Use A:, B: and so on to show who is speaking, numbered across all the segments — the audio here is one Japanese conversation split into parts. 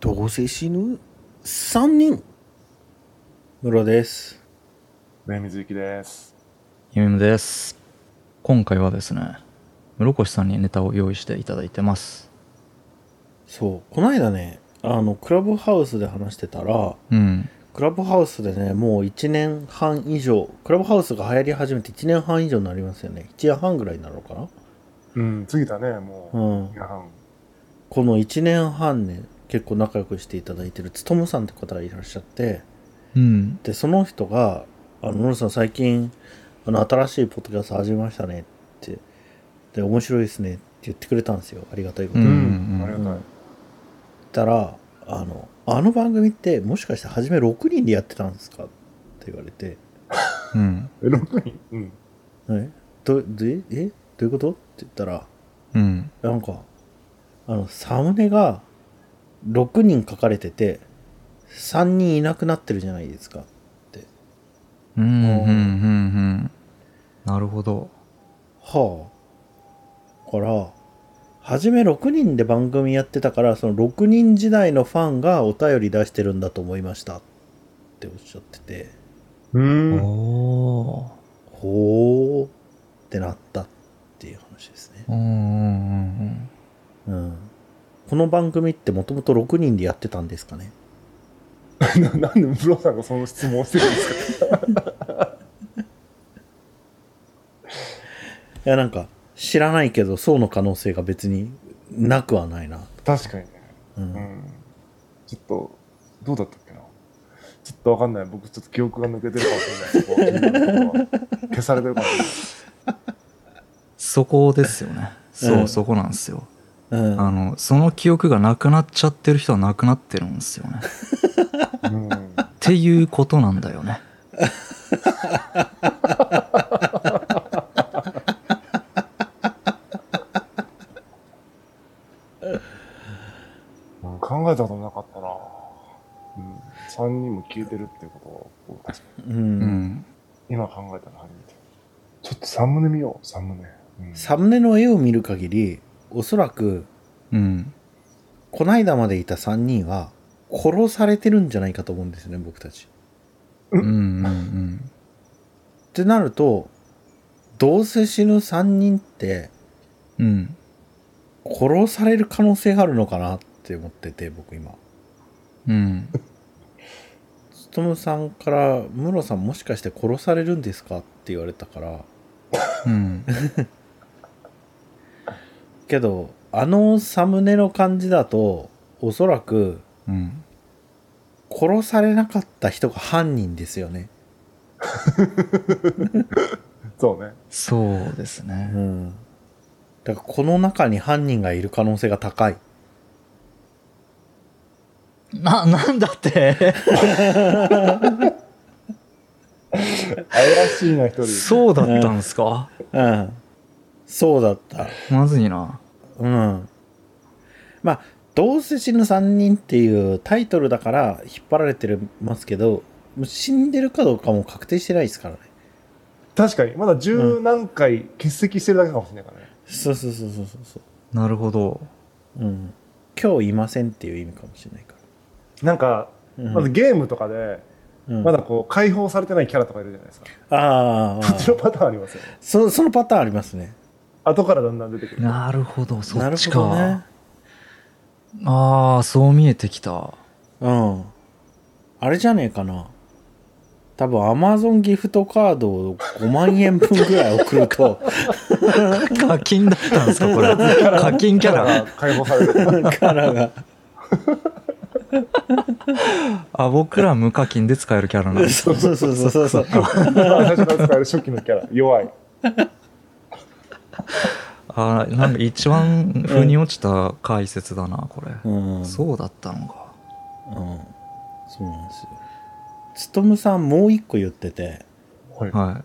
A: どうせ死ぬ3人
B: ムロです。
C: 上水幸です。
D: ゆみむです。今回はですね、室越さんにネタを用意していただいてます。
B: そう、こないだね、あの、クラブハウスで話してたら、
D: うん。
B: クラブハウスでね、もう1年半以上、クラブハウスが流行り始めて1年半以上になりますよね。1年半ぐらいになるのかな
C: うん、過ぎたね、もう。
B: うん
C: い。やうん
B: この1年半ね、結構仲良くしていただいてるつとむさんって方がいらっしゃって、
D: うん。
B: で、その人が、あの、ノルさん最近、あの、新しいポッドキャスト始めましたねって、で、面白いですねって言ってくれたんですよ。ありがたいことに。
D: う
C: うんん、ありがた
B: っ
C: い。
B: たらあの「あの番組ってもしかして初め6人でやってたんですか?」って言われて
D: うん。
C: え、6人う
B: 「
C: ん。
B: えどでえどういうこと?」って言ったら
D: うん。
B: なんかあのサムネが6人書かれてて3人いなくなってるじゃないですかって
D: うん。うん。うん。うん。なるほど。
B: はあだから初め6人で番組やってたからその6人時代のファンがお便り出してるんだと思いましたっておっしゃってて
C: う
D: お
C: ん。
D: お
B: ほーってなったっていう話ですね
D: ー。う。んうんうん
B: うん。この番組ってもともと6人でやってたんですかね
C: な なんでブロさんがその質問をしてるんですか
B: いや、なんか、知らないけど、そうの可能性が別になくはないな。
C: 確かにね。
B: う。
C: うんん。ちょっと、どうだったっけな。ちょっとわかんない。僕、ちょっと記憶が抜けてるかもしれない。そこ消されてるかもしれない。
D: そこですよね。そうう、
B: ん
D: そこなんですよ。
B: うん。
D: あの、その記憶がなくなっちゃってる人はなくなってるんですよ ね。っ
C: うん。
D: ていうことなんだよね。
C: うん考えたことなかったな。うん。3人も消えてるっていうことを、
B: う。
D: うんん。
C: 今考えたら初めて。ちょっとサムネ見よう、サムネ。うん
B: サムネの絵を見る限り、おそらく、
D: うん。
B: こないだまでいた3人は、殺されてるんじゃないかと思うんですよね、僕たち。
D: うん。うん。
B: ってなると、どうせ死ぬ3人って、
D: うん。
B: 殺される可能性があるのかなって思ってて、僕今。
D: うん。
B: つとむさんから「ムロさんもしかして殺されるんですか?」って言われたから
D: うん。
B: けどあのサムネの感じだとおそらく
D: うん。
B: 殺されなかった人が犯人ですよね
C: そうね。
D: そうです
B: う
D: ね。
B: んだからこの中に犯人がいる可能性が高い
D: な、なんだって
C: 怪しいな、一人。
D: そうだったんすか
B: うんそうだった
D: まずいな。
B: うんまあ「どうせ死ぬ3人」っていうタイトルだから引っ張られてますけどもう死んでるかどうかも確定してないですからね
C: 確かに、まだ十何回欠席してるだけかもしれないからね。
B: そうそうそうそうそうそう
D: なるほど。
B: うん、今日いませんっていう意味かもしれないか
C: なんか、
B: ら、
C: まずゲームとかで、
B: うん
C: まだこう、解放されてないキャラとかいるじゃないですか。
B: あーあ
C: そっ ちの
B: ー
C: パターンありますよね。
B: そそのパターンありますね
C: 後からだんだん出てくる。
D: なるほど、そ
B: な
D: っ
B: る
D: ち
B: ほ
D: か。
B: どね
D: ああ、そう見えてきた。
B: うんあれじゃねえかな多分アマゾンギフトカードを5万円分ぐらい送ると
D: 課金だったんですか、これ。 課金キャラ。
C: 解放される。
B: カラーが
D: あ、僕ら無課金で使えるキャラなんです。
B: そうそうそうそうそうそう
C: 最初から使える初期のキャラ。弱い。
D: あーなんか一番腑に落ちた解説だな、これ。
B: うん、うん、
D: そうだったのか。
B: そうなんですよつとむさんもう一個言ってて
C: はい。
D: は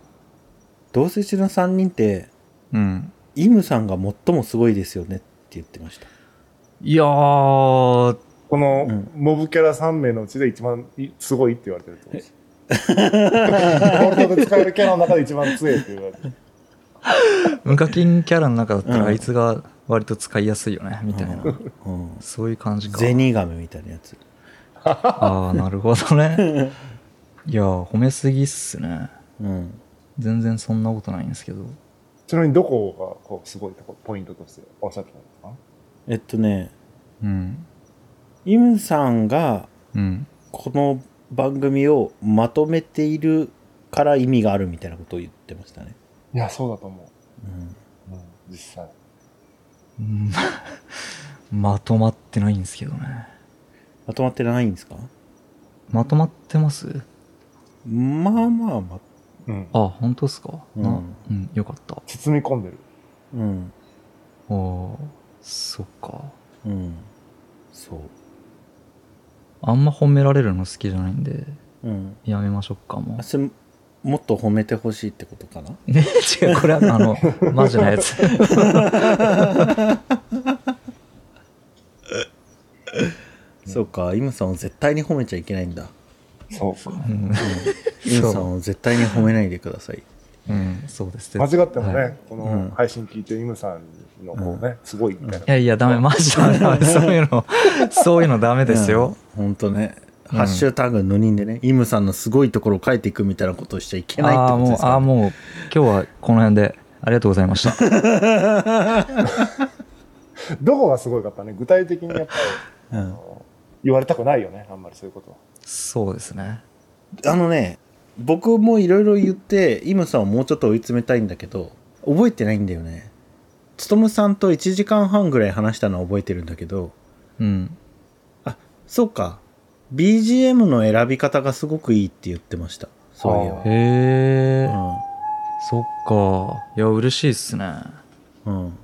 B: どうせ死ぬ3人って
D: い。うん。
B: イムさんが最もすごいですよねって言ってました
D: いやー、
C: この
B: うん、
C: モブキャラ3名のうちで一番いすごいって言われてるってこと です。ボルトで使えるキャラの中で一番強いって言われてる。
D: 無課金キャラの中だった
B: うん
D: らあいつが割と使いやすいよねみたい な、
B: うん、
D: そういう感じか
B: ゼニガメみたいなやつ
D: ああなるほどねいやー褒めすぎっすね
B: うん
D: 全然そんなことないんですけど
C: ちなみにどこがこうすごいとこポイントとしておっしゃってたんですか
B: えっとね
D: うん
B: イムさんが
D: うん
B: この番組をまとめているから意味があるみたいなことを言ってましたね、
C: いや、そうだと思
B: うん、
C: う。うん、実際。
D: うんまとまってないんですけどね
B: まとまってないんですか
D: まとまってます
B: まあまあまあ
C: うん。
D: あ本当っすか、
B: うん
D: なうんよかった
C: 包み込んでる。
B: うん
D: おーそっか
B: うんそう
D: あんま褒められるの好きじゃないんで
B: うん
D: やめましょうかも
B: あ
D: う
B: それもっと褒めてほしいってことかな
D: ね違うこれはあのマジなやつ
B: そうかイムさんを絶対に褒めちゃいけないんだ
C: そうか。
D: うん
B: イムさんを絶対に褒めないでください
D: うんそうです
C: 間違ってもね、
D: はい
C: こ
B: うん
C: の配信聞いてるイムさんのこうね、すごいみたい
D: いやいやダメマジダメダメそういうのそういうのダメですよ、
B: うんほんとね
D: うん
B: ハッシュタグ4人でね、イムさんのすごいところを書いていくみたいなことをしちゃいけないって
D: ああ
B: こと
D: も
B: で
D: う
B: す
D: あ
B: か
D: あもう今日はこの辺でありがとうございました
C: な。どこがすごいかったね、具体的にやっぱ
B: あ,、う
C: り、あ
B: ん、
C: の言われたくないよね、あんまりそういうことは。
D: そうですね
B: あのね僕もいろいろ言ってイムさんをもうちょっと追い詰めたいんだけど覚えてないんだよねつとむさんと1時間半ぐらい話したのは覚えてるんだけど
D: うん
B: そうか BGM の選び方がすごくいいって言ってましたそうい
C: あ
B: え
D: へえ、
B: ば
D: そっかいや嬉しいっすね
B: うんうん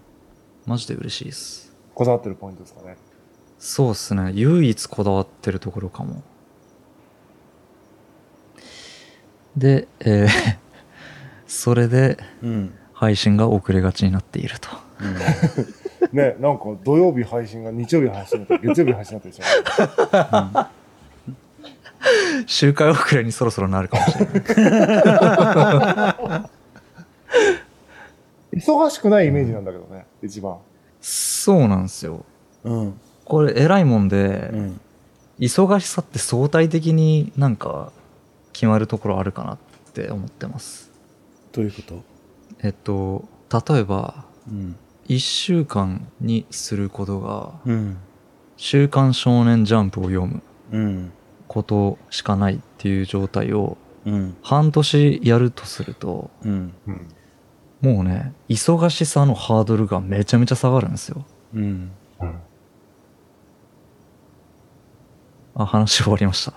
D: マジで嬉しいっす
C: こだわってるポイントですかね。
D: そうっすね唯一こだわってるところかもでえー それで
B: うん、
D: 配信が遅れがちになってい ると
C: ね、なんか土曜日配信が日曜日配信だったり、月曜日配信だったりしますね。
D: 周回遅れにそろそろなるかもしれない
C: 忙しくないイメージなんだけどね、一番。
D: そうなんですよ
B: うんうん
D: これ偉いもんで、
B: うん
D: 忙しさって相対的になんか決まるところあるかなって思ってます
B: どういうこと
D: えっと例えば
B: うん
D: 1週間にすることが
B: うん
D: 「週刊少年ジャンプ」を読む
B: うん
D: ことしかないっていう状態を
B: うん
D: 半年やるとすると
B: うん
C: うん。
D: もうね忙しさのハードルがめちゃめちゃ下がるんですよ
B: うん
C: うん
D: あ話終わりました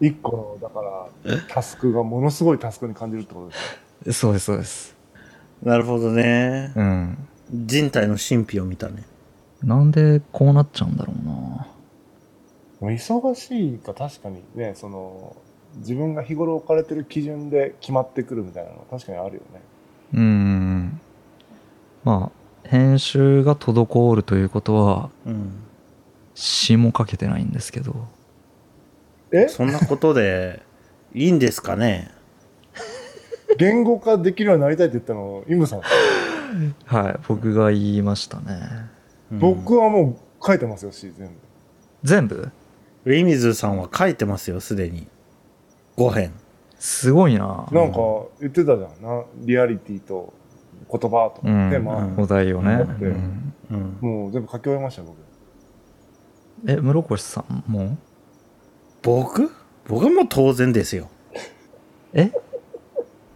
C: 一個の、だから、タスクがものすごいタスクに感じるってことですよ
D: そうですそうです
B: なるほどね
D: うん
B: 人体の神秘を見たね
D: なんでこうなっちゃうんだろうな
C: でも忙しいか確かにね、その、自分が日頃置かれてる基準で決まってくるみたいなのは確かにあるよ ね。
D: うーんまあ編集が滞るということは
B: うん
D: 詩も書けてないんですけど
C: え
B: そんなことでいいんですかね
C: 言語化できるようになりたいって言ったの、イムさん。
D: はい僕が言いましたね
C: 僕はもう書いてますよ、し、全部。
D: 全部
B: ウェイミズさんは書いてますよすでに5編
D: すごいな
C: なんか言ってたじゃんな、リアリティと言葉とか、
D: うん
C: テーマ、
B: うん
D: お題をね、
C: だって
D: うん
B: うん
C: もう全部書き終えましたよ、僕。
D: え室越さんも
B: 僕僕はもう当然ですよ
D: え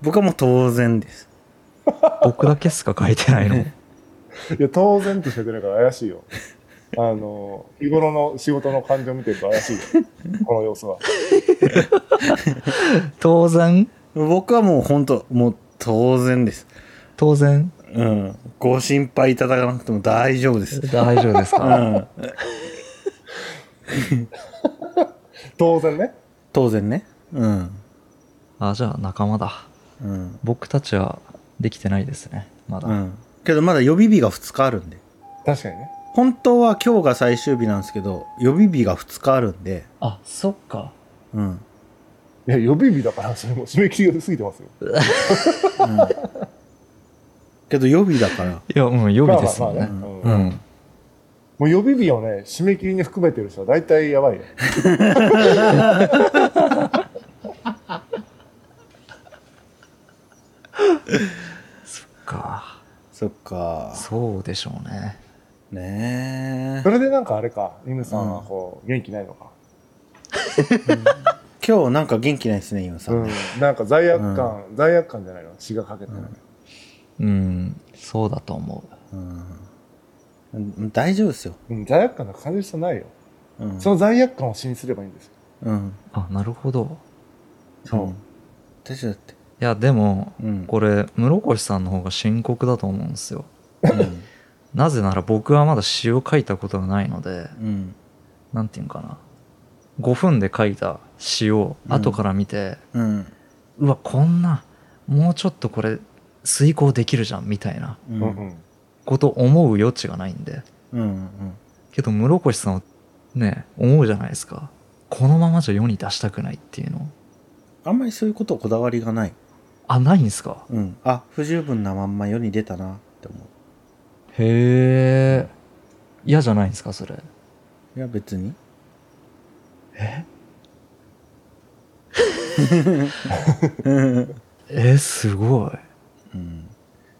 B: 僕はもう当然です
D: 僕だけしか書いてないの
C: いや、当然ってしてくれるから怪しいよ。あの、日頃の仕事の感情見てると怪しいよ。この様子は。
D: 当然
B: 僕はもう本当もう当然です
D: 当然
B: うんご心配いただかなくても大丈夫です
D: 大丈夫です
B: う
D: か、
B: ん
C: 当然ね。
B: 当然ねうん
D: あじゃあ仲間だ
B: うん
D: 僕たちはできてないですねまだ、
B: うんけどまだ予備日が2日あるんで
C: 確かにね。
B: 本当は今日が最終日なんですけど予備日が2日あるんで
D: あそっか
B: うん
C: いや、予備日だから、それも締め切りが過ぎてますよ。
B: けど予備だから。
D: いや、うん、予備です
C: まあ
D: よ
C: まあ
D: ね。
C: まあね。
D: う
C: うん
D: ん。
C: もう予備日をね、締め切りに含めてる人は大体やばいよ。
D: か。
B: そっか。
D: そうでしょうね。
B: ね
C: そ
B: え。
C: れでなんかあれか、イムさんは
B: うん
C: こう、元気ないのか。
B: 今日なんか元気ないですね、今さん。
C: うん。なんか罪悪感、罪悪感じゃないの血がかけてない。
D: うん、そうだと思う。
B: うんうん大丈夫ですよ。
C: うん、罪悪感なんか感じる必要ないよ。
B: うん。
C: その罪悪感を死にすればいいんですよ。
B: うん。
D: あ、なるほど。
B: そう。大丈夫だって。
D: いや、でも、
B: うん。
D: これ、室越さんの方が深刻だと思うんですよ。
B: うん
D: なぜなら僕はまだ詩を書いたことがないので、
B: うん。
D: なんていうんかな。5分で書いた詩を後から見て、
B: うん。
D: うわ、こんな、もうちょっとこれ、遂行できるじゃん、みたいな
B: う。
C: うんん
D: こと思う余地がないんで。
B: うん。うん。
D: けど、室越さんはね、思うじゃないですか。このままじゃ世に出したくないっていうの。
B: あんまりそういうことこだわりがない。
D: あ、ないんすか
B: うん。あ、不十分なまんま世に出たなって思う。
D: へえ。嫌じゃないんですか、それ。
B: いや、別に。
D: えー、すごい。
B: うん。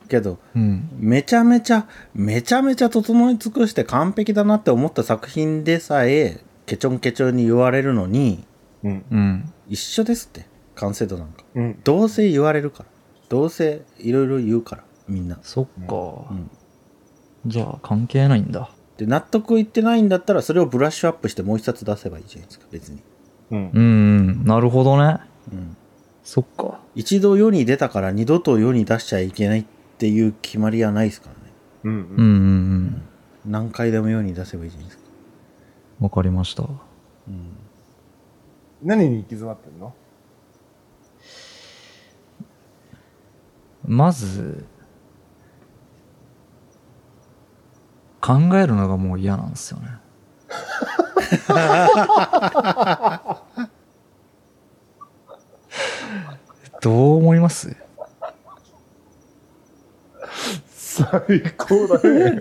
B: けど、
D: うん。
B: めちゃめちゃ、めちゃめちゃ整い尽くして完璧だなって思った作品でさえ、ケチョンケチョンに言われるのに、
C: うん。うん。
D: うん。
B: 一緒ですって。完成度なんか。
C: うん。
B: どうせ言われるから。どうせいろいろ言うから、みんな。
D: そっ
B: う
D: か。
B: ん。
D: じゃあ、関係ないんだ。
B: で、納得いってないんだったら、それをブラッシュアップしてもう一冊出せばいいじゃないですか、別に。
C: うん
D: う。ん、なるほどね。
B: うん。
D: そっか。
B: 一度世に出たから二度と世に出しちゃいけないっていう決まりはないですからね。
C: う
D: うん
C: ん。
D: うんうん。
B: 何回でも世に出せばいいじゃないですか。
D: わかりました。
B: うん。
C: 何に行き詰まってんの
D: まず、考えるのがもう嫌なんですよね。 どう思います
C: 最高だね。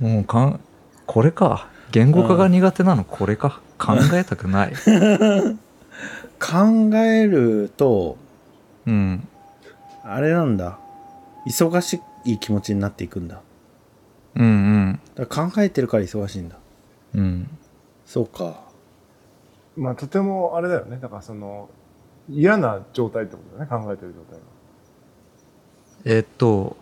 D: もうかん、これか。言語化が苦手なのこれか。考えたく ない。
B: 考えると、
D: うん。
B: あれなんだ。忙しい気持ちになっていくんだ。
D: うん
B: だから考えてるから忙しいんだ。
D: うん。うん。
B: そうか。
C: まあ、とてもあれだよね。だからその、嫌な状態ってことだね。考えてる状態が。
D: えっと、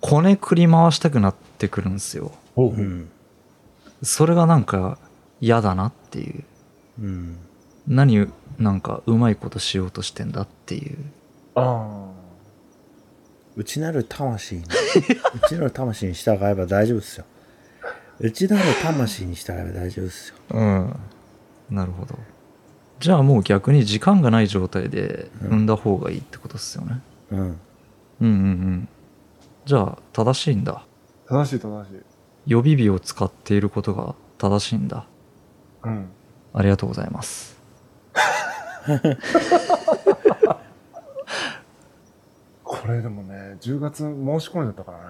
D: こねくり回したくなってくるんですよ。
C: ほ
B: うん。
D: それがなんか嫌だなっていう。
B: うん。
D: 何、なんかうまいことしようとしてんだっていう。
C: あ
B: 内なる魂 に、内なる魂に従えば大丈夫ですよ。内なる魂に従えば大丈夫ですよ。
D: うん。なるほど。じゃあもう逆に時間がない状態で産んだ方がいいってことですよね。
B: うん。
D: うんうんうん。じゃあ正しいんだ。
C: あ。正しい正しい。
D: 予備日を使っていることが正しいんだ。
C: うん。
D: ありがとうございます。
C: これでもね、10月申し込んじゃったからね。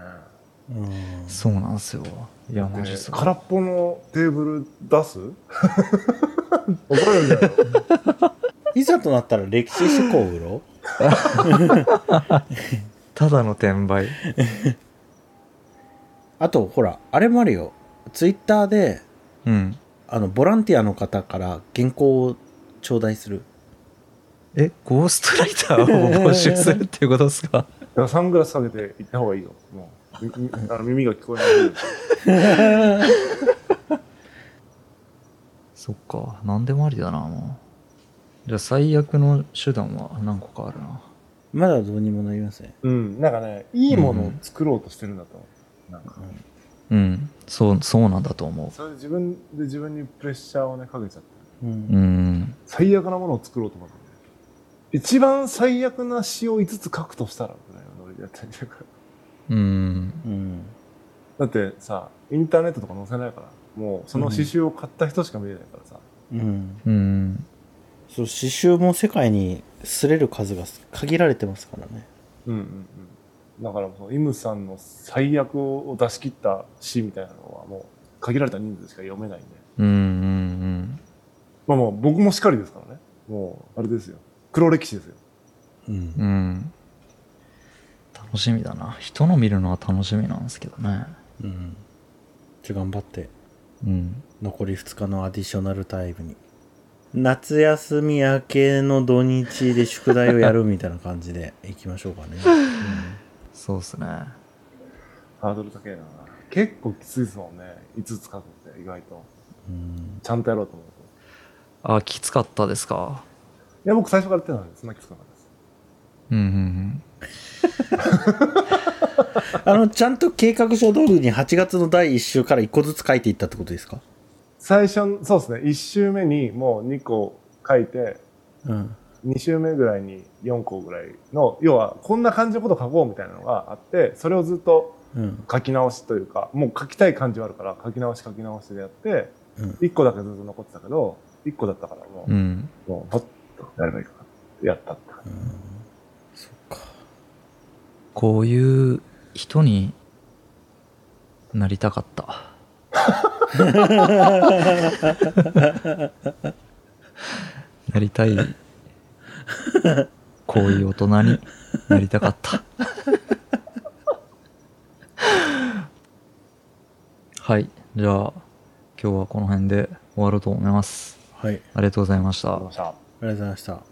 B: うん
D: そうなんすよ。いや、マジ
C: で
D: そう。
C: 空っぽのテーブル出す怒られるんじゃないの
B: いざとなったら歴史思考を売ろ
D: ただの転売。
B: うあと、ほら、あれもあるよ。ツイッターで、
D: うん。
B: あの、ボランティアの方から原稿を頂戴する。
D: え、ゴーストライターを募集するっていうことですか
C: だからサングラスかけて行った方がいいよ。もう。みみ あの耳が聞こえない。
D: そっか。何でもありだな、もう。じゃあ最悪の手段は何個かあるな。
B: まだどうにもなりません。
C: うん。なんかね、いいものを作ろうとしてるんだと思う。なんか、
D: うん。そう、そうなんだと思
C: それで自分で自分にプレッシャーをね、かけちゃってる。
B: う。
D: う。うんん。
C: 最悪なものを作ろうと思ってる。一番最悪な詩を5つ書くとしたら、ぐらいのノリでやってるから。
D: うん。
B: うん。
C: だってさ、インターネットとか載せないから、もうその刺繍を買った人しか見れないからさ、
B: うん。
D: うん。
B: そう刺繍も世界に擦れる数が限られてますからね
C: うんうんうん。だからもう、イムさんの最悪を出し切った詩みたいなのはもう、限られた人数しか読めないんで。
D: うんうん
C: まあもう、僕もしかりですからね。もう、あれですよ。黒歴史ですよ。
B: うん
D: うんうん楽しみだな人の見るのは楽しみなんですけどね
B: うんじゃあ頑張って
D: うん
B: 残り2日のアディショナルタイムに夏休み明けの土日で宿題をやるみたいな感じでいきましょうかね、
D: そうっすね
C: ハードル高いな。結構きついですもんね。5つ書くって、意外と。
B: うんうん
C: ちゃんとやろうと思うと。
D: あきつかったですか
C: いや、僕最初からやってたので、そんなきつくなかったです。
D: うんうん
B: あ
D: うん
B: のちゃんと計画書通りに8月の第1週から1個ずつ書いていったってことですか
C: 最初の、そうですね。1周目にもう2個書いて、
B: うん
C: 2週目ぐらいに4個ぐらいの、要はこんな感じのこと書こうみたいなのがあって、それをずっと
B: うん
C: 書き直しというか、もう書きたい感じはあるから、書き直し書き直しでやって、
B: うん
C: 1個だけずっと残ってたけど、1個だったからもう、
D: うん
C: もうポッとやればいいかな。やったって感じ。
B: そっか
D: こういう人になりたか った。なりたい。こういう大人になりたかった。はい。じゃあ、今日はこの辺で終わろうと思います。
B: はいあり
D: ありがとうございまし
C: ありがとうござい
D: た
C: ま。した。
B: がとうございました